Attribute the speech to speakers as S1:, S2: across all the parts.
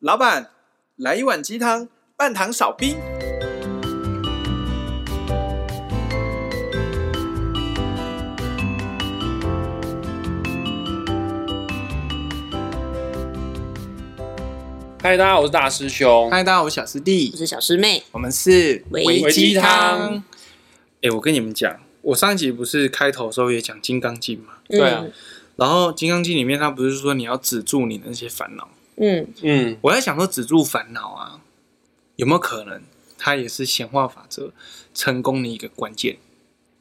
S1: 老板，来一碗鸡汤，半糖少冰。
S2: 嗨，大家好，我是大师兄。哎、
S1: 嗨，大家好，我是小师弟
S3: 我，是小师妹，
S1: 我们是
S3: 维
S1: 维
S2: 鸡汤。
S4: 哎我跟你们讲，我上一集不是开头的时候也讲《金刚经》嘛，
S2: 对啊
S3: 嗯
S4: 然后《金刚经》里面它不是说你要止住你的那些烦恼？
S3: 嗯，
S2: 嗯，
S4: 我在想说止住烦恼啊，有没有可能它也是显化法则成功的一个关键？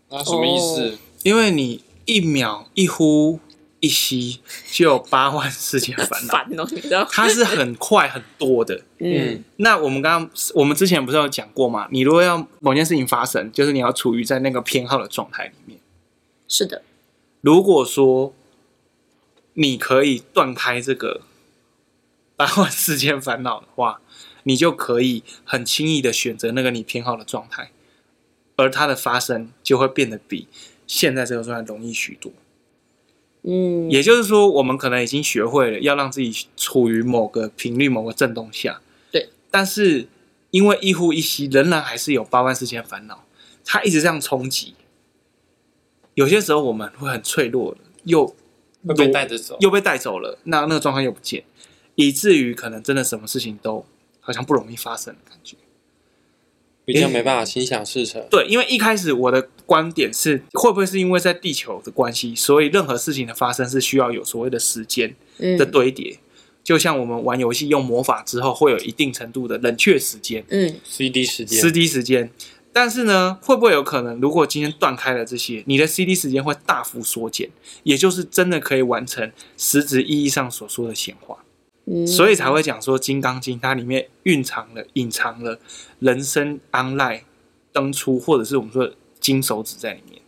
S2: 那、啊什么意思？
S4: 因为你一秒一呼一吸就有八万四千烦 恼，
S3: 烦哦，你知道？
S4: 它是很快很多的。
S3: 嗯，
S2: 嗯，
S4: 那我们刚刚我们之前不是有讲过嘛？你如果要某件事情发生，就是你要处于在那个偏好的状态里面。
S3: 是的，
S4: 如果说你可以断开这个八万四千烦恼的话，你就可以很轻易的选择那个你偏好的状态，而它的发生就会变得比现在这个状态容易许多。
S3: 嗯，
S4: 也就是说，我们可能已经学会了要让自己处于某个频率、某个震动下。
S3: 对，
S4: 但是因为一呼一吸，仍然还是有八万四千烦恼，它一直这样冲击。有些时候我们会很脆弱的，又
S2: 嗯会被带着走。
S4: 又被带走了，那那个状态又不见，以至于可能真的什么事情都好像不容易发生的感觉。
S2: 比较没办法心想事成。
S4: 对，因为一开始我的观点是，会不会是因为在地球的关系，所以任何事情的发生是需要有所谓的时间，
S3: 嗯
S4: 的堆叠。就像我们玩游戏用魔法之后，会有一定程度的冷却时间、
S3: 嗯
S2: CD 时间，
S4: CD 时间。但是呢，会不会有可能，如果今天断开了这些，你的 CD 时间会大幅缩减，也就是真的可以完成实质意义上所说的显化，
S3: 嗯，
S4: 所以才会讲说《金刚经》它里面蕴藏了、隐藏了人生 online 当初或者是我们说的金手指在里面。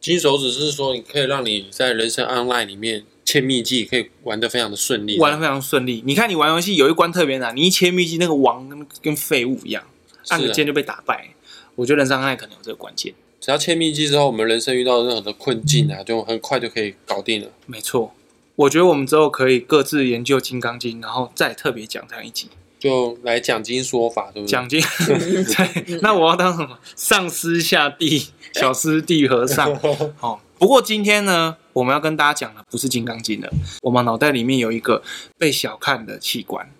S2: 金手指是说你可以让你在人生 online 里面切秘技，可以玩得非常的顺利。
S4: 玩的非常顺利。你看你玩游戏有一关特别难，你一切秘籍那个王跟跟废物一样，
S2: 是啊
S4: 按个键就被打败。我觉得人上爱可能有这个关键，
S2: 只要切秘技之后，我们人生遇到任何的困境啊，就很快就可以搞定了。
S4: 没错。我觉得我们之后可以各自研究《金刚经》，然后再特别讲这样一集
S2: 嗯就来讲经说法，对不对？
S4: 讲 经。对， 那我要当什么上师下地、小师弟和尚？哦，不过今天呢，我们要跟大家讲的不是《金刚经》了，我们脑袋里面有一个被小看的器官。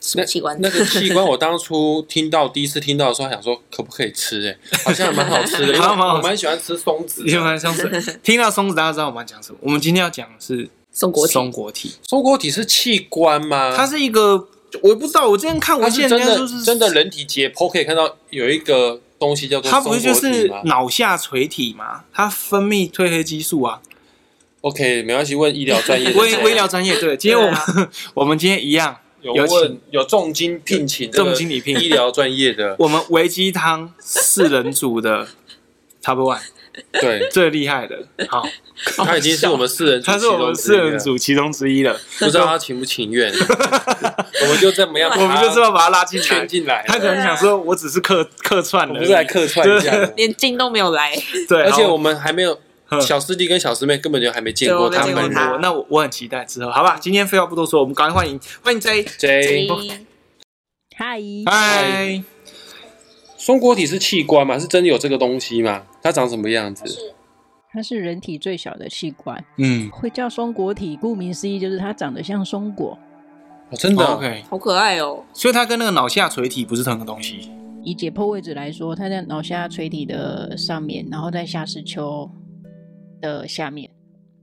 S3: 什么器官？
S2: 那个器官，我当初听到第一次听到的时候，还想说可不可以吃、欸？好像还蛮好 吃的，因为
S4: 好蛮好吃
S2: 我蛮喜欢吃松子的。
S4: 你们松子，听到松子，大家知道我们要讲什么？我们今天要讲的是
S3: 松果体，
S4: 松果体，
S2: 松果体是器官吗？
S4: 它是一个，我也不知道。我之前看
S2: 它
S4: 文
S2: 是
S4: 献，
S2: 真
S4: 人家
S2: 的
S4: 说是
S2: 真的，人体解剖可以看到有一个东西叫做
S4: 它
S2: 松
S4: 不是
S2: 果
S4: 就
S2: 体
S4: 是
S2: 吗
S4: 脑下垂体嘛？它分泌褪黑激素啊。
S2: ？OK，没关系，问医疗专 业的。
S4: 微微疗专业
S2: 啊
S4: 对，今天我们、 我们今天一样，
S2: 有
S4: 有
S2: 问有重金聘请这个
S4: 重金礼聘
S2: 医疗专 业的，
S4: 我们维鸡汤四人组的 Top One
S2: 对，
S4: 最厉害的，好，
S2: 他已经是我们四人组
S4: 他
S2: 其
S4: 是我
S2: 中
S4: 们
S2: 之
S4: 四
S2: 一啊
S4: 人
S2: 了，
S4: 组其中之一了，
S2: 不知道他情不 情愿，我们就这么样把他，
S4: 我们就这么把他拉进
S2: 圈
S4: 来。
S2: 进来了。
S4: 他可能想说，我只是客客串
S2: 我
S4: 了，
S2: 们是来客串一下的，
S3: 连筋都没有来，
S4: 对，
S2: 而且
S4: 好
S2: 我们还没有
S4: 哼
S2: 小师弟跟小师妹根本就还没见过
S3: 对我
S2: 他
S3: 没见过
S2: 们。
S3: 他
S4: 那我我很期待之后，好吧？今天废话不多说，我们赶快欢迎欢迎 J，
S2: J
S3: 嗨，
S4: 嗨，
S2: 松果体是器官吗？是真的有这个东西吗？它长什么样子？
S5: 它是人体最小的器官，
S4: 嗯，
S5: 会叫松果体，顾名思义就是它长得像松果。
S2: 哦，真的哦
S4: OK，
S3: 好可爱哦，
S4: 所以它跟那个脑下垂体不是同一个东西。
S5: 以解剖位置来说，它在脑下垂体的上面，然后在下视丘的下面。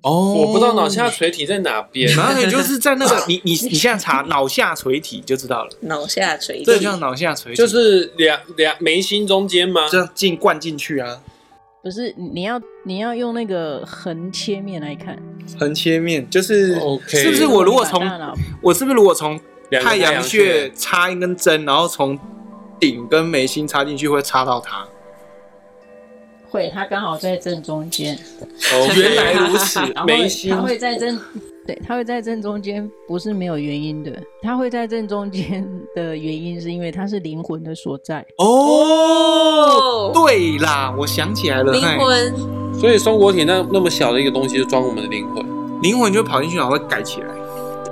S4: 哦
S2: 我不知道脑下垂体在哪边。
S4: 脑下垂体就是在那 个你你你现在查脑下垂体就知道了，
S3: 脑下垂
S4: 这叫脑下垂体，
S2: 就是两两眉心中间吗？
S4: 这样进灌进去啊，
S5: 不是，你要你要用那个横切面来看，
S4: 横切面就是
S2: OK
S4: 是不是我如果
S5: 你把
S4: 从
S5: 大脑
S4: 我是不是如果从
S2: 两个
S4: 太阳
S2: 穴
S4: 穴插一根针，然后从顶跟眉心插进去会插到它？
S5: 会，它刚好在正中间，
S2: 哦
S4: 原来如此
S5: 然，后
S2: 眉心
S5: 它会在正，对，它会在正中间，不是没有原因的。它会在正中间的原因是因为它是灵魂的所在。
S4: 哦
S3: 哦，
S4: 对啦，我想起来了，
S3: 灵
S4: 嗨
S3: 魂
S2: 所以松果体那那么小的一个东西，就装我们的灵魂。
S4: 灵魂就跑进去，然后会盖起来。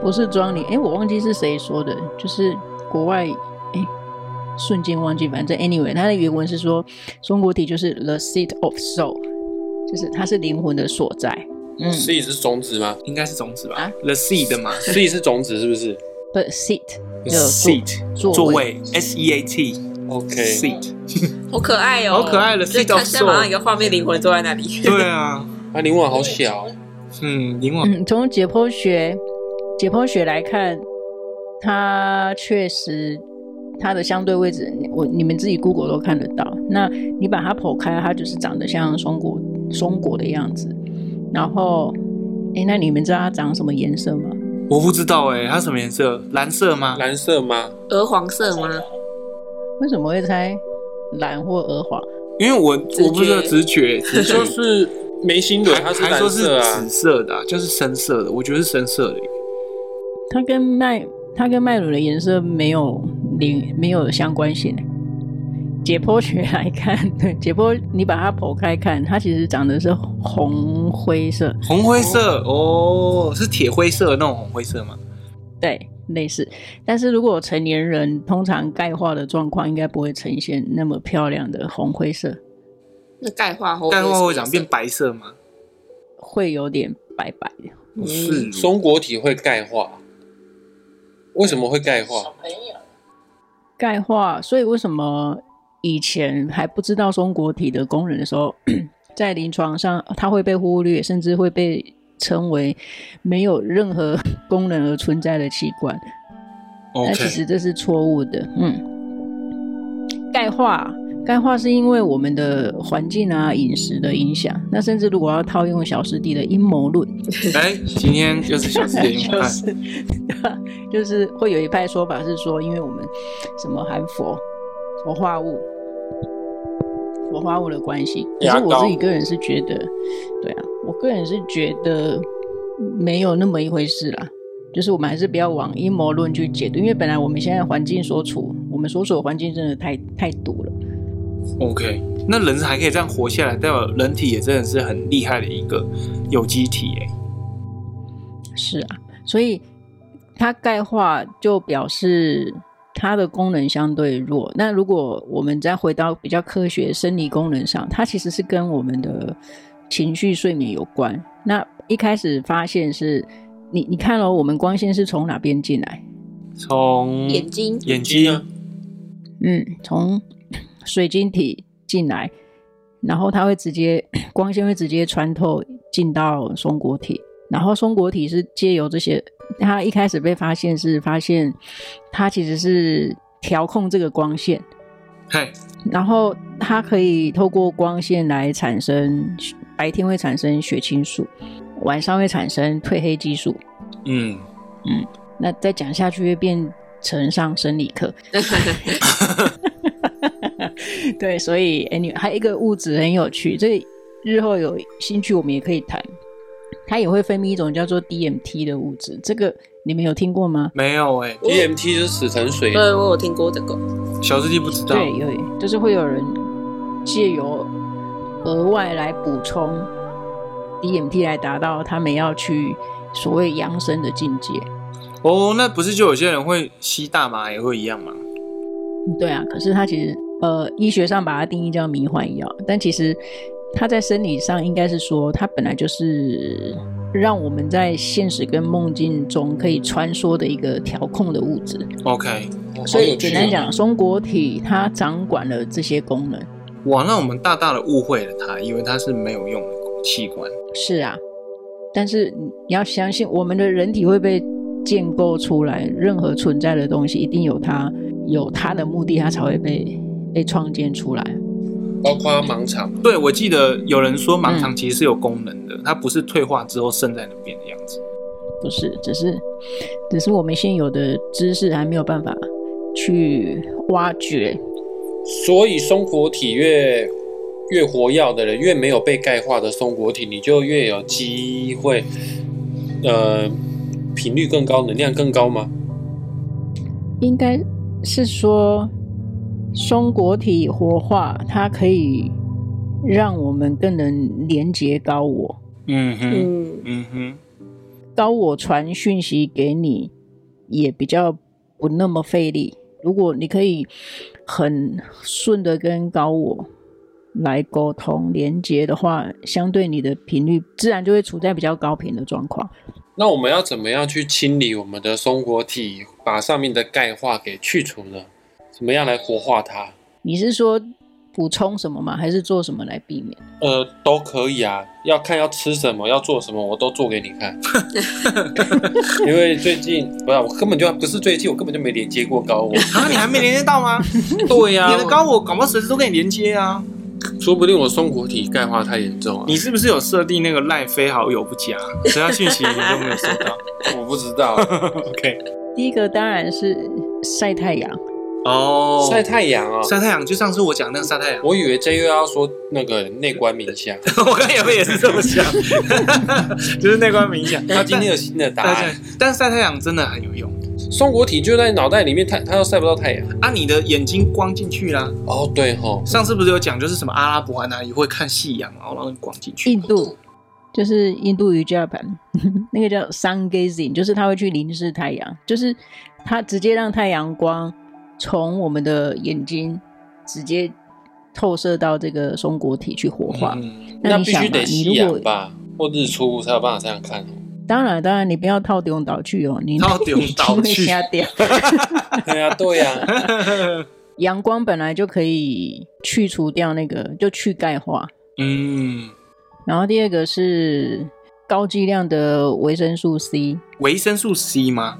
S5: 不是装你，哎，我忘记是谁说的，就是国外，哎，瞬间忘记，反正 anyway，它的原文是说，中国体就是 the seat of soul，就是它是灵魂的所在。嗯
S2: seed 是种子吗
S4: 应该是种子吧、
S5: 啊
S4: t h e seed 嘛
S2: ？seed 是种子是不是
S5: ，but seat 就
S4: ，seat
S5: 座
S4: 座
S5: 位
S4: 位，S E A T
S2: ？OK，
S4: seat，
S3: 好可爱哦，
S4: 好可爱的
S3: 所以
S4: Seed
S3: 看
S4: of
S3: 现在马上
S4: Soul
S3: 一个画面灵魂坐在那里，
S4: 对啊，
S2: 啊，灵网好小哦，
S4: 嗯，林网
S5: 嗯，从解剖学解剖学来看，它确实它的相对位置，我你们自己 Google 都看得到。那你把它剖开，它就是长得像松果松果的样子。然后，哎，那你们知道它长什么颜色吗？
S4: 我不知道哎、它什么颜色？蓝色吗？
S2: 蓝色吗？
S3: 鹅黄色吗？
S5: 为什么会猜蓝或鹅黄？
S4: 因为我
S3: 觉
S4: 我不知道直觉，直觉
S2: 就是眉心轮，
S4: 还
S2: 它是
S4: 还
S2: 蓝
S4: 说是
S2: 色啊
S4: 紫。色的啊、就是深色的，我觉得是深色的。
S5: 它跟麦它跟麦乳的颜色没有零没有相关性欸。解剖学来看， 对解剖你把它剖开看，它其实长的是红灰色，
S4: 红灰色哦是铁灰色的那种红灰色吗？
S5: 对，类似。但是如果成年人通常钙化的状况，应该不会呈现那么漂亮的红灰色，
S3: 那钙化后
S4: 钙化会长
S3: 嗯
S4: 变白色吗？
S5: 会有点白白的。
S3: 嗯
S4: 不是，
S2: 松果体会钙化，为什么会钙
S3: 哦
S2: 化？
S5: 钙化，所以为什么以前还不知道松果体的功能的时候， 在临床上它会被忽略，甚至会被称为没有任何功能而存在的器官。但
S4: OK
S5: 其实这是错误的。嗯，钙化，钙化是因为我们的环境啊、饮食的影响。那甚至如果要套用小师弟的阴谋论，
S4: 哎，今天就是小吃 点
S5: 就
S4: 看，
S5: 是 就是会有一派说法是说，因为我们什么含佛佛化物、佛化物的关系，可
S2: 牙
S5: 是我
S2: 膏
S5: 自己个人是觉得，对啊，我个人是觉得没有那么一回事啦。就是我们还是不要往阴谋论去解读，因为本来我们现在环境所处，我们所处的环境真的太太毒了。
S4: OK，那人还可以这样活下来，代表人体也真的是很厉害的一个有机体哎、
S5: 是啊，所以它钙化就表示它的功能相对弱。那如果我们再回到比较科学生理功能上，它其实是跟我们的情绪、睡眠有关。那一开始发现是你，你看哦，我们光线是从哪边进来？
S4: 从
S3: 眼睛
S4: 眼睛
S2: 啊，
S5: 嗯，从水晶体进来，然后它会直接 光线会直接穿透进到松果体，然后松果体是借由这些，它一开始被发现是发现它其实是调控这个光线，
S4: 嘿，
S5: 然后它可以透过光线来产生，白天会产生血清素，晚上会产生褪黑激素。
S4: 嗯，
S5: 那再讲下去会变成上生理课，
S4: 嗯
S5: 对，所以 a n y 还有一个物质很有趣，这个日后有兴趣我们也可以谈。它也会分泌一种叫做 DMT 的物质，这个你们有听过吗？
S4: 没有哎、
S2: DMT 是死藤水，
S3: 对呃我有听过这个，
S4: 小师弟不知道，
S5: 对，有就是会有人借由额外来补充 DMT 来达到他们要去所谓养生的境界。
S4: 哦，那不是就有些人会吸大麻也会一样吗？
S5: 对啊，可是它其实呃，医学上把它定义叫迷幻药，但其实它在生理上应该是说，它本来就是让我们在现实跟梦境中可以穿梭的一个调控的物质。
S4: OK，
S2: 哦
S5: 所
S2: 好
S5: 以
S2: 有趣哦
S5: 简单讲，松果体它掌管了这些功能。
S4: 哇，那我们大大的误会了他，以为他是没有用的器官。
S5: 是啊，但是你你要相信，我们的人体会被建构出来，任何存在的东西一定有它有它的目的，它才会被被创建出来。
S2: 包括盲肠，
S4: 对，我记得有人说盲肠其实是有功能的，它不是退化之后剩在那边的样子。
S5: 不是，只是只是我们现有的知识还没有办法去挖掘。
S2: 所以松果体越越活跃的人，越没有被钙化的松果体，你就越有机会，呃，频率更高，能量更高吗？
S5: 应该是说，松果体活化，它可以让我们更能连接高我。
S4: 嗯哼，
S3: 嗯，
S4: 嗯哼，
S5: 高我传讯息给你，也比较不那么费力。如果你可以很顺的跟高我来沟通连接的话，相对你的频率自然就会处在比较高频的状况。
S2: 那我们要怎么样去清理我们的松果体，把上面的钙化给去除呢？怎么样来活化它？
S5: 你是说补充什么吗？还是做什么来避免？
S2: 呃，都可以啊，要看要吃什么，要做什么，我都做给你看。因为最近不是，我根本就不是最近，我根本就没连接过高我。
S4: 啊，你还没连接到 吗？
S2: 对呀、
S4: 你的高我搞不好随时都跟你连接啊。
S2: 说不定我松果体钙化太严重啊。
S4: 你是不是有设定那个赖非好友不加，其他讯息你都没有收到
S2: 我不知道，啊
S4: ？OK，
S5: 第一个当然是晒太阳，
S4: 哦
S2: 晒太阳 啊、
S4: 晒太阳，就上次我讲那个晒太阳，
S2: 我以为 J 又要说那个内观冥 想，
S4: 我刚原本也是这么想，就是那关冥想。
S2: 他今天有新的答
S4: 但
S2: 案。
S4: 但但晒太阳真的很有用
S2: 松果体就在脑袋里面，太它又晒不到太阳。
S4: 啊！你的眼睛光进去啦，
S2: 哦，对吼，
S4: 上次不是有讲，就是什么阿拉伯啊哪里会看夕阳，然后让你光进去
S5: 印。度就是印度瑜伽盘， 那个叫 sun gazing，就是他会去凝视太阳，就是他直接让太阳光从我们的眼睛直接透射到这个松果体去活化。
S4: 嗯，
S5: 那
S2: 那
S5: 你
S2: 必
S5: 想
S2: 须
S5: 嘛，
S2: 得
S5: 你
S2: 夕
S5: 如果
S2: 阳吧，或日出才有办法这样看。哦
S5: 当然当然，你不要套丢倒去哦，你
S4: 套中岛
S5: 你会
S4: 去
S5: 瞎掉。
S2: 对呀，对啊呀，
S5: 阳光本来就可以去除掉那个，就去钙化。
S4: 嗯，
S5: 然后第二个是高剂量的维生素 C，
S4: 维生素 C 吗？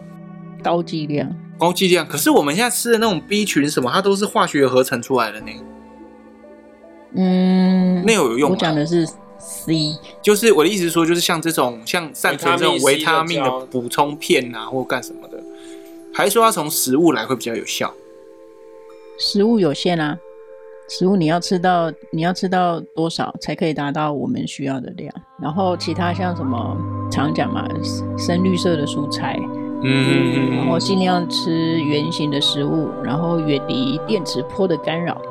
S5: 高剂量。
S4: 高剂量，可是我们现在吃的那种 B 群什么，它都是化学合成出来的呢，
S5: 嗯，
S4: 那有有用啊
S5: 我
S4: 吗？
S5: 讲的是 C，
S4: 就是我的意思是说，就是像这种像善存这种维
S2: 维
S4: 他
S2: 他
S4: 命
S2: 命 C
S4: 的
S2: 的
S4: 补充片啊，或干什么的，还是说要从食物来会比较有效？
S5: 食物有限啊，食物你要吃到你要吃到多少才可以达到我们需要的量？然后其他像什么常讲嘛，深绿色的蔬菜，
S4: 嗯
S5: 然后尽量吃圆形的食物，然后远离电磁波的干扰。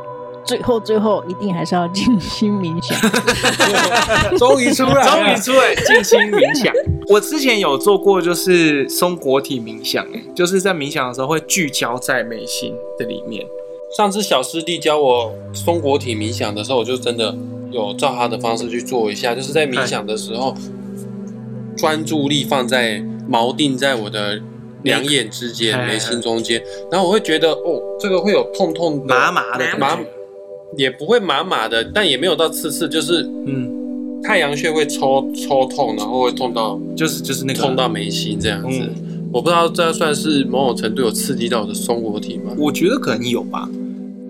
S5: 最后，最后一定还是要静心冥想。
S2: 终于出来
S4: 终于
S2: 了，
S4: 出来静心冥想。 我之前有做过，就是松果体冥想，就是在冥想的时候会聚焦在眉心的里面。
S2: 上次小师弟教我松果体冥想的时候，我就真的有照他的方式去做一下，就是在冥想的时候，专注力放在锚定在我的两眼之
S4: 哎
S2: 间、眉心中间，然后我会觉得哦，这个会有痛痛的
S4: 麻麻的感觉
S2: 麻，也不会麻麻的，但也没有到刺刺，就是
S4: 嗯，
S2: 太阳穴会抽抽痛，然后会痛到
S4: 就是就是那个
S2: 痛到眉心这样子。
S4: 嗯
S2: 我不知道这算是某种程度有刺激到我的松果体吗？
S4: 我觉得可能有吧。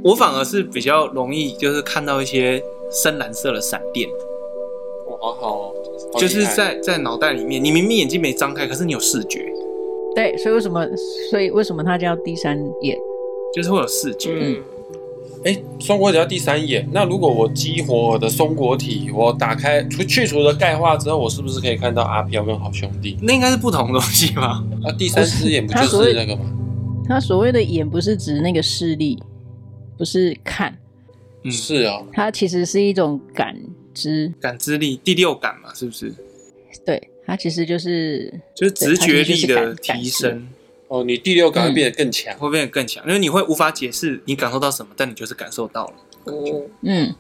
S4: 我反而是比较容易，就是看到一些深蓝色的闪电，
S2: 我好好哦，好厉害
S4: 就是在在脑袋里面，你明明眼睛没张开，可是你有视觉，
S5: 对，所以为什么？所以为什么它叫第三眼？
S4: 就是会有视觉。
S3: 嗯，
S2: 哎，松果体要第三眼。那如果我激活我的松果体，我打开除去除了钙化之后，我是不是可以看到阿飘跟好兄弟？
S4: 那应该是不同的东西吧？
S2: 那、第三只眼不
S5: 他
S2: 就
S5: 所谓
S2: 是那个吗？
S5: 它所谓的眼不是指那个视力，不是看，
S4: 嗯，
S2: 是哦，
S5: 它其实是一种感知。
S4: 感知力、第六感嘛，是不是？
S5: 对，它其实就是
S4: 就是直觉力
S5: 对它
S4: 的
S5: 就是感
S4: 提升
S2: 哦，你第六感会变得更强。
S4: 会变得更强，因为你会无法解释你感受到什么，但你就是感受到了。
S3: 哦，
S5: 嗯，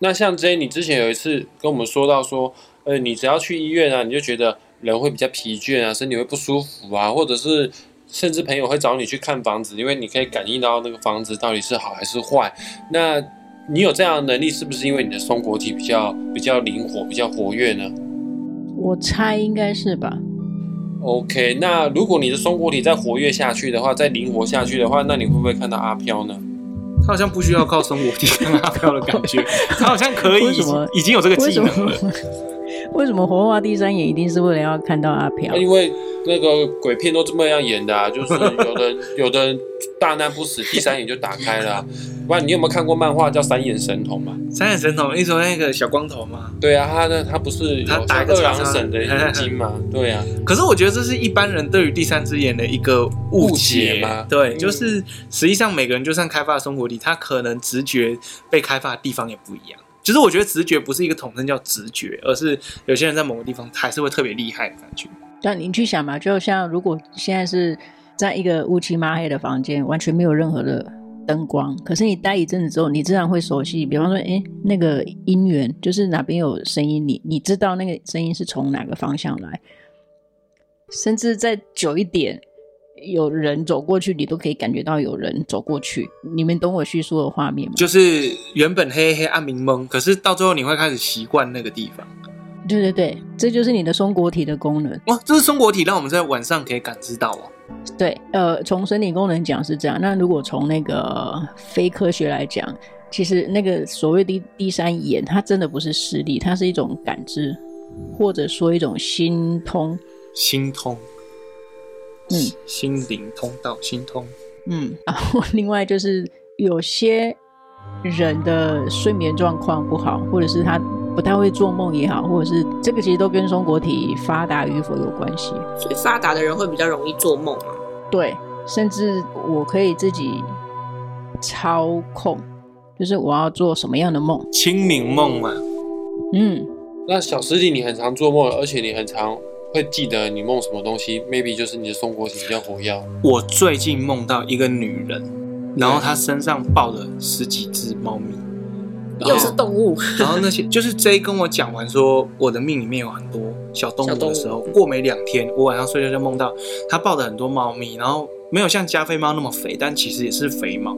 S2: 那像 J，你之前有一次跟我们说到说，呃，你只要去医院啊，你就觉得人会比较疲倦啊，身体会不舒服啊，或者是甚至朋友会找你去看房子，因为你可以感应到那个房子到底是好还是坏。那你有这样的能力，是不是因为你的松果体比较比较灵活、比较活跃呢
S5: 我猜应该是吧。
S2: ？OK，那如果你的松果体再活跃下去的话，再灵活下去的话，那你会不会看到阿飘呢？
S4: 他好像不需要靠生活体跟阿飘的感觉， 他好像可以
S5: 为
S4: 已
S5: 什么
S4: 经已经有这个
S5: 为
S4: 技
S5: 什
S4: 能
S5: 么
S4: 了。？
S5: 为什么活化第三眼一定是为了要看到阿
S2: 啊
S5: 飘
S2: 那？因为那个鬼片都这么样演 的啊，就是有的人有的人大难不死，第三眼就打开了、啊。不然你有没有看过漫画叫《三眼神童》嘛？
S4: 三眼神童，你说那个小光头吗？
S2: 对啊，他呢，他不是有
S4: 他打一个
S2: 二郎
S4: 叉叉
S2: 神的眼睛 嘛？对啊，
S4: 可是我觉得这是一般人对于第三只眼的一个误
S2: 误解吗嗯
S4: 对，就是实际上每个人就算开发的松果体，他可能直觉被开发的地方也不一样。就是我觉得直觉不是一个统称叫直觉，而是有些人在某个地方还是会特别厉害的感觉。
S5: 但你去想嘛，就像如果现在是在一个乌漆嘛黑的房间，完全没有任何的灯光，可是你待一阵子之后，你自然会熟悉。比方说，哎，那个音源就是哪边有声音，你你知道那个声音是从哪个方向来，甚至再久一点。有人走过去，你都可以感觉到有人走过去。你们懂我叙述的画面吗？
S4: 就是原本黑黑暗明蒙，可是到最后你会开始习惯那个地方。
S5: 对对对，这就是你的松果体的功能。
S4: 哇，这是松果体，让我们在晚上可以感知到哦。
S5: 对，呃，从生理功能讲是这样。那如果从那个非科学来讲，其实那个所谓的第三眼，它真的不是视力，它是一种感知，或者说一种心通。
S4: 心通，
S5: 嗯
S4: 心灵通道，心通。
S5: 嗯，然后另外就是有些人的睡眠状况不好，或者是他不太会做梦也好，或者是这个其实都跟松果体发达与否有关系。
S3: 所以发达的人会比较容易做梦啊嘛。
S5: 对，甚至我可以自己操控，就是我要做什么样的梦。
S4: 清明梦嘛，
S5: 嗯，
S2: 那小师弟，你很常做梦，而且你很常会记得你梦什么东西，maybe 就是你的松果体比较活跃。
S4: 我最近梦到一个女人，然后她身上抱了十几只猫咪，然
S3: 又
S4: 后
S3: 是动物，
S4: 然后那些就是 J 跟我讲完说，我的命里面有很多小动物的时候，嗯
S3: 小动物
S4: 哦过没两天，我晚上睡觉就梦到他抱着很多猫咪，然后没有像加菲猫那么肥，但其实也是肥毛，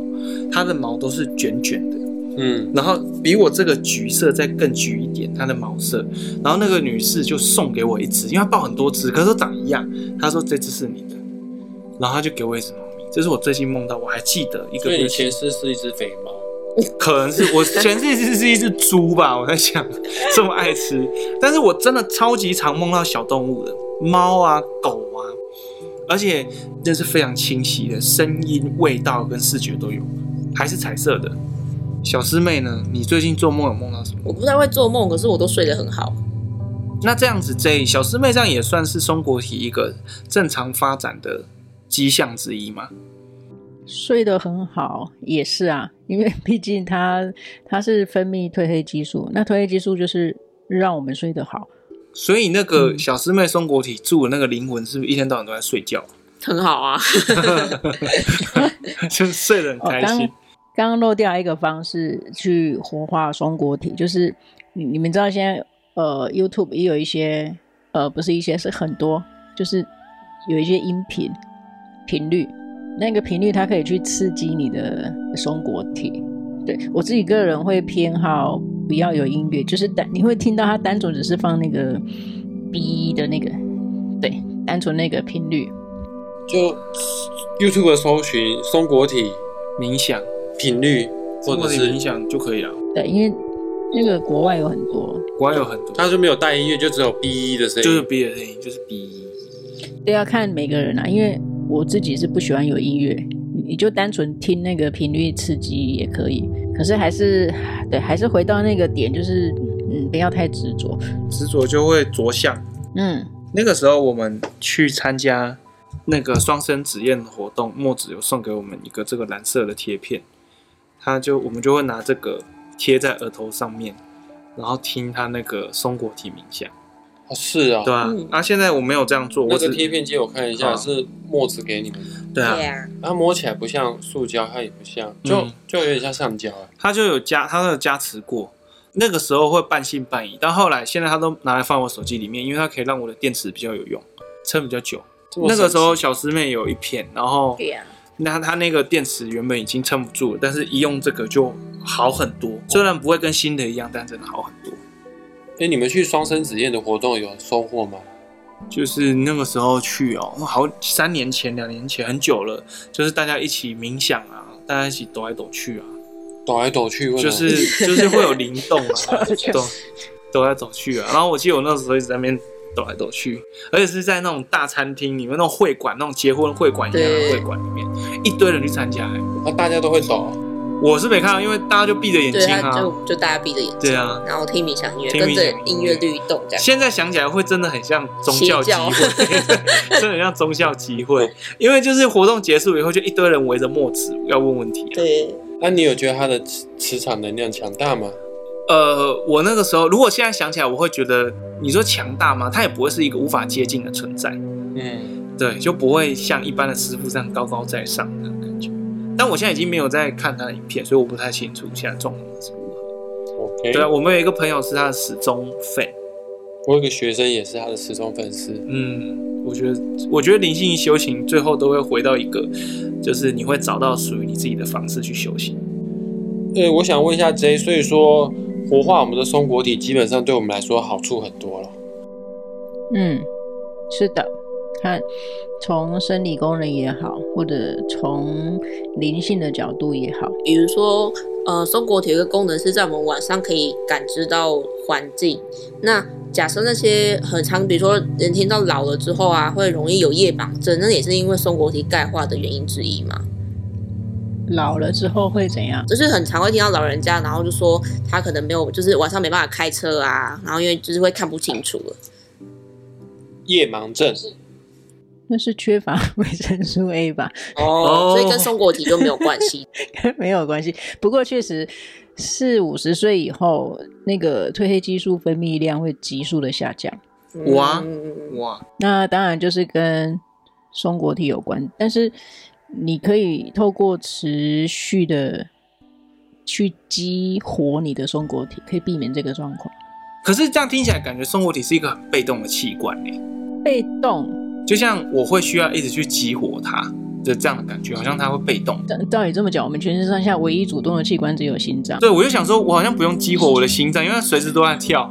S4: 它的毛都是卷卷的，
S2: 嗯，
S4: 然后比我这个橘色再更橘一点，它的毛色。然后那个女士就送给我一只，因为她抱很多只，可是都长一样。她说这只是你的，然后她就给我一只猫咪。这是我最近梦到，我还记得一个
S2: 所以
S4: 故事，
S2: 你前世是一只肥猫。
S4: 可能是我前世是是一只猪吧，我在想这么爱吃，但是我真的超级常梦到小动物的，猫啊、狗啊，而且这是非常清晰的，声音、味道跟视觉都有，还是彩色的。小师妹呢？你最近做梦有梦到什么？
S3: 我不太会做梦，可是我都睡得很好。
S4: 那这样子，J 小师妹这样也算是松果体一个正常发展的迹象之一吗？
S5: 睡得很好也是啊，因为毕竟它它是分泌褪黑激素，那褪黑激素就是让我们睡得好。
S4: 所以那个
S5: 嗯
S4: 小师妹松果体住的那个灵魂，是不是一天到晚都在睡觉，
S3: 很好 啊，
S4: 就是睡得很
S5: 哦，
S4: 开
S5: 刚
S4: 心？
S5: 刚刚漏掉一个方式去活化松果体，就是你你们知道现在呃 YouTube 也有一些呃不是一些是很多，就是有一些音频频率，那个频率它可以去刺激你的松果体。对我自己个人会偏好不要有音乐，就是单你会听到它单纯只是放那个 B 的那个，对，单纯那个频率。
S2: 就 YouTube 搜寻松果体
S4: 冥想，
S2: 频率，
S4: 松
S2: 或者
S4: 果体冥
S2: 是
S4: 想就可以了。
S5: 对，因为那个国外有很多，
S4: 国外有很多，
S2: 它就没有带音乐，就只有 B 的声音。
S4: 就是哔的声音，就是哔。
S5: 对，要看每个人啦、因为我自己是不喜欢有音乐，你你就单纯听那个频率刺激也可以。可是还是对，还是回到那个点，就是嗯，不要太执着。
S4: 执着就会着相。
S5: 嗯，
S4: 那个时候我们去参加那个双生纸宴的活动，墨子有送给我们一个这个蓝色的贴片，他就我们就会拿这个贴在额头上面，然后听他那个松果体冥想，
S2: 哦是啊
S4: 对，啊，
S3: 嗯
S4: 啊，现在我没有这样做，
S2: 那
S4: 我
S2: 个
S4: 只
S2: 贴片借我看一
S4: 啊
S2: 下，是墨子给你们的。
S4: 对啊，
S3: 啊，
S2: 它摸起来不像塑胶，它也不像，就、
S4: 嗯
S2: 就有点像橡胶、啊。
S4: 他就有加他都有加持过。那个时候会半信半疑，但后来现在他都拿来放我手机里面，因为它可以让我的电池比较有用，撑比较久。
S2: 这么
S4: 那
S2: 神奇
S4: 个时候小师妹有一片，然后
S3: 对啊，
S4: 那它那个电池原本已经撑不住了，但是一用这个就好很多。虽然不会跟新的一样，但真的好很多。
S2: 哎、你们去双生子宴的活动有收获吗？
S4: 就是那个时候去哦，好三年前、两年前，很久了。就是大家一起冥想啊，大家一起抖来抖去啊，
S2: 抖来抖去，为什啊
S4: 就
S2: 么
S4: 是就是会有灵动 啊，抖抖来抖去啊。然后我记得我那时候一直在那边抖来抖去，而且是在那种大餐厅里面，那种会馆、那种结婚会馆一样的
S3: 对
S4: 会馆里面，一堆人去参加、欸。
S2: 啊，大家都会抖，
S4: 我是没看到，因为大家就闭着眼
S3: 对
S4: 睛
S3: 他
S4: 啊。
S3: 就就大家闭着眼睛，
S4: 对啊
S3: 然后听冥想音乐，
S4: 听冥
S3: 跟
S4: 想
S3: 着音乐律动这样。
S4: 现在想起来会真的很像宗教集会， 真的很像宗教集会，因为就是活动结束以后，就一堆人围着墨子要问问题、啊。
S3: 对，
S2: 那、你有觉得它的磁磁场能量强大吗？
S4: 呃，我那个时候如果现在想起来，我会觉得你说强大吗？它也不会是一个无法接近的存在。
S2: 嗯，
S4: 对，就不会像一般的师傅这样高高在上的感觉。但我现在已经没有在看他的影片，所以我不太清楚现在状况是如何。
S2: OK，
S4: 对啊，我们有一个朋友是他的始终 fan，
S2: 我有个学生也是他的死忠粉丝，
S4: 嗯，我觉得我觉得灵性修行最后都会回到一个，就是你会找到属于你自己的方式去修行。
S2: 对，我想问一下 J，所以说活化我们的松果体，基本上对我们来说好处很多了。
S5: 嗯，是的，看从生理功能也好，或者从灵性的角度也好，
S3: 比如说，呃，松果体有一个功能是在我们晚上可以感知到环境。那假设那些很长，比如说人听到老了之后啊，会容易有夜盲症，那也是因为松果体钙化的原因之一嘛。
S5: 老了之后会怎样？
S3: 就是很常会听到老人家，然后就说他可能没有，就是晚上没办法开车啊，然后因为就是会看不清楚了。
S2: 夜盲症
S5: 那是缺乏 维生素 A 吧？
S4: 哦
S3: 所以跟松果体就没有关系。
S5: 没有关系，不过确实四五十岁以后，那个褪黑激素分泌量会急速的下降。
S4: 哇
S3: 嗯
S4: 哇，
S5: 那当然就是跟松果体有关，但是你可以透过持续的去激活你的松果体，可以避免这个状况。
S4: 可是这样听起来感觉松果体是一个很被动的器官诶、
S5: 被动
S4: 就像我会需要一直去激活它的这样的感觉，好像它会被动。
S5: 照照你这么讲，我们全身上下唯一主动的器官只有心脏，
S4: 对，我就想说，我好像不用激活我的心脏，因为它随时都在跳。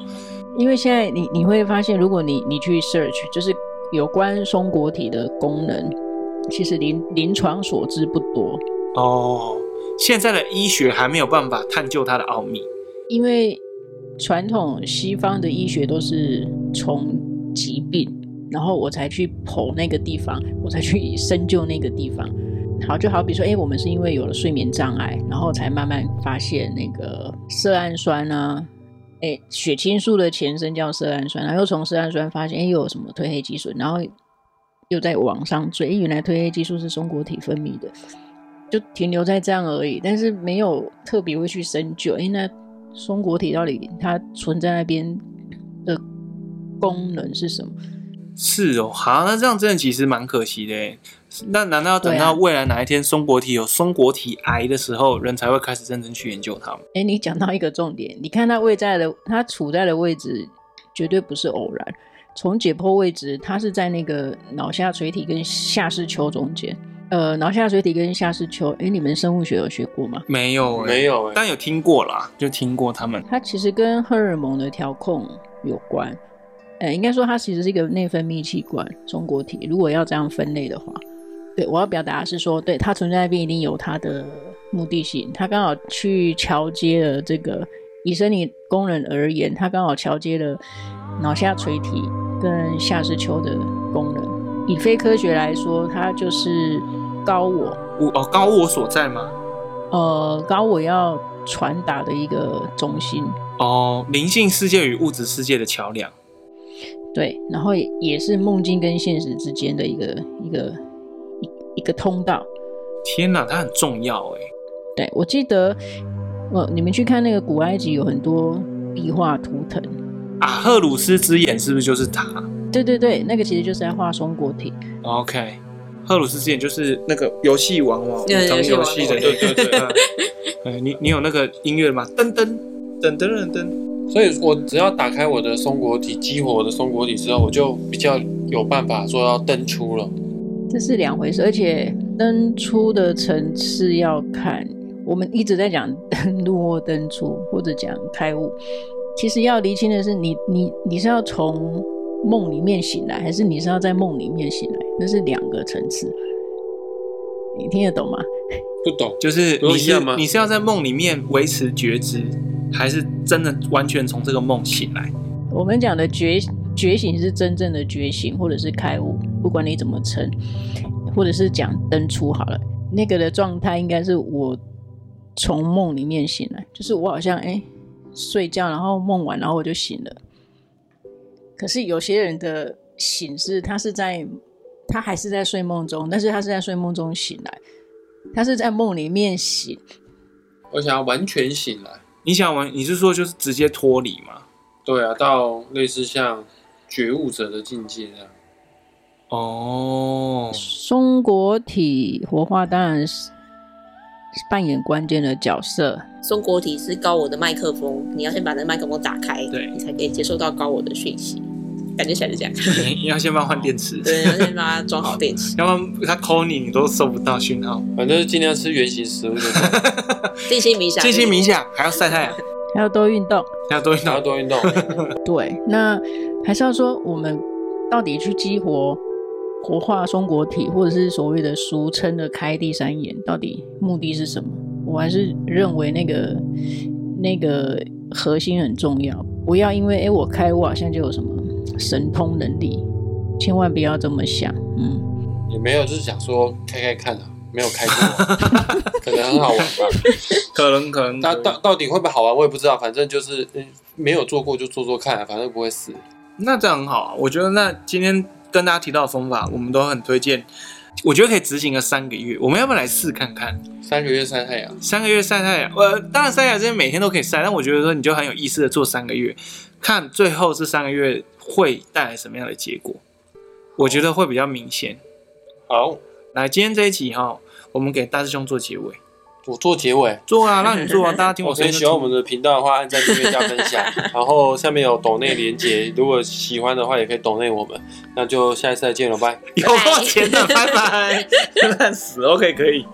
S5: 因为现在你你会发现，如果你你去 search，就是有关松果体的功能，其实临临床所知不多，
S4: 哦，现在的医学还没有办法探究它的奥秘。
S5: 因为传统西方的医学都是从疾病，然后我才去剖那个地方，我才去深究那个地方。好，就好比说，哎、我们是因为有了睡眠障碍，然后才慢慢发现那个色氨酸啊，哎、血清素的前身叫色氨酸，然后又从色氨酸发现，哎、又有什么褪黑激素，然后又在往上追，哎、原来褪黑激素是松果体分泌的，就停留在这样而已，但是没有特别会去深究，哎、那松果体到底它存在那边的功能是什么？
S4: 是哦，好，那这样真的其实蛮可惜的耶。那难道等到
S5: 对啊
S4: 未来哪一天松果体有松果体癌的时候，人才会开始认真去研究它吗？
S5: 哎，你讲到一个重点，你看它位在的，它处在的位置绝对不是偶然。从解剖位置，它是在那个脑下垂体跟下视丘中间。呃，脑下垂体跟下视丘，哎，你们生物学有学过吗？
S4: 没有，
S2: 没
S4: 有，
S2: 有哎、
S4: 但有听过啦，就听过他们。
S5: 它其实跟荷尔蒙的调控有关。呃，应该说它其实是一个内分泌器官，松果体。如果要这样分类的话，对我要表达的是说，对它存在那边一定有它的目的性。它刚好去桥接了这个，以生理功能而言，它刚好桥接了脑下垂体跟下视丘的功能。以非科学来说，它就是高我
S4: 我哦，高我所在吗？
S5: 呃高我要传达的一个中心。
S4: 哦，灵性世界与物质世界的桥梁。
S5: 对，然后也也是梦境跟现实之间的一个一个一一个通道。
S4: 天哪，它很重要哎。
S5: 对我记得，呃，你们去看那个古埃及有很多壁画图腾，
S4: 啊，赫鲁斯之眼是不是就是它
S5: 对对对，那个其实就是在画松果体。
S4: ？OK，赫鲁斯之眼就是那个游戏王嘛，
S3: 对
S4: 武藤游戏的，
S3: 游
S4: 对
S3: 戏
S4: 对 对。嗯嗯你你有那个音乐吗？噔噔噔噔噔噔。
S2: 所以我只要打开我的松果体，激活我的松果体之后，我就比较有办法说要登出了。
S5: 这是两回事，而且登出的层次要看。我们一直在讲登录或登出，或者讲开悟。其实要厘清的是你，你你是要从梦里面醒来，还是你是要在梦里面醒来？那是两个层次。你听得懂吗？
S2: 不懂，
S4: 就是
S2: 不
S4: 你
S2: 一样吗
S4: 是你是要在梦里面维持觉知，还是真的完全从这个梦醒来？
S5: 我们讲的觉觉醒是真正的觉醒，或者是开悟，不管你怎么称，或者是讲登出好了，那个的状态应该是我从梦里面醒来，就是我好像哎、诶睡觉，然后梦完，然后我就醒了。可是有些人的醒是，他是在他还是在睡梦中，但是他是在睡梦中醒来，他是在梦里面醒，
S2: 我想要完全醒来。
S4: 你想完，你是说就是直接脱离吗？
S2: 对啊，到类似像觉悟者的境界这样。
S4: 哦，
S5: 松果体活化当然是扮演关键的角色，
S3: 松果体是高我的麦克风，你要先把那麦克风打开，
S4: 对
S3: 你才可以接收到高我的讯息。感觉起来是 这样，
S4: 你要先帮他换电池，
S3: 对，要先把它装好 电池。
S4: 要不然他 call 你，你都收不到讯号。
S2: 反正尽量吃原型食物就好，
S3: 静心冥想，
S4: 静心冥想，还要晒太阳，
S5: 还要多运动。
S4: 还要多运
S2: 然后
S4: 动。
S2: 多运动。
S5: 对，那还是要说我们到底去激活、活化松果体，或者是所谓的俗称的开第三眼，到底目的是什么？我还是认为那个那个核心很重要，不要因为哎、诶我开我好像就有什么神通能力，千万不要这么想。嗯，
S2: 也没有，就是想说开开看啊，没有开过啊，可能很好玩吧。
S4: 可能可能
S2: 那
S4: 可能
S2: 到到底会不会好玩，我也不知道。反正就是嗯，没有做过就做做看啊、反正不会死。
S4: 那这样很好啊。我觉得那今天跟大家提到的方法，我们都很推荐。我觉得可以执行个三个月，我们要不要来试看看？
S2: 三个月晒太阳，
S4: 三个月晒太阳，呃，当然晒太阳是每天都可以晒，但我觉得说你就很有意思的做三个月，看最后这三个月会带来什么样的结果，我觉得会比较明显。
S2: 好，
S4: 来，今天这一集哈，我们给大师兄做结尾，
S2: 我做结尾。
S4: 做啊，让你做啊，大家听
S2: 我
S4: 我声
S2: 很
S4: 音
S2: 哦喜欢我们的频道的话，按赞、订阅、加分享，然后下面有抖内连接，如果喜欢的话也可以抖内我们。那就下一次再见了，拜。
S4: 有够钱的，拜拜，烂死，OK，可以。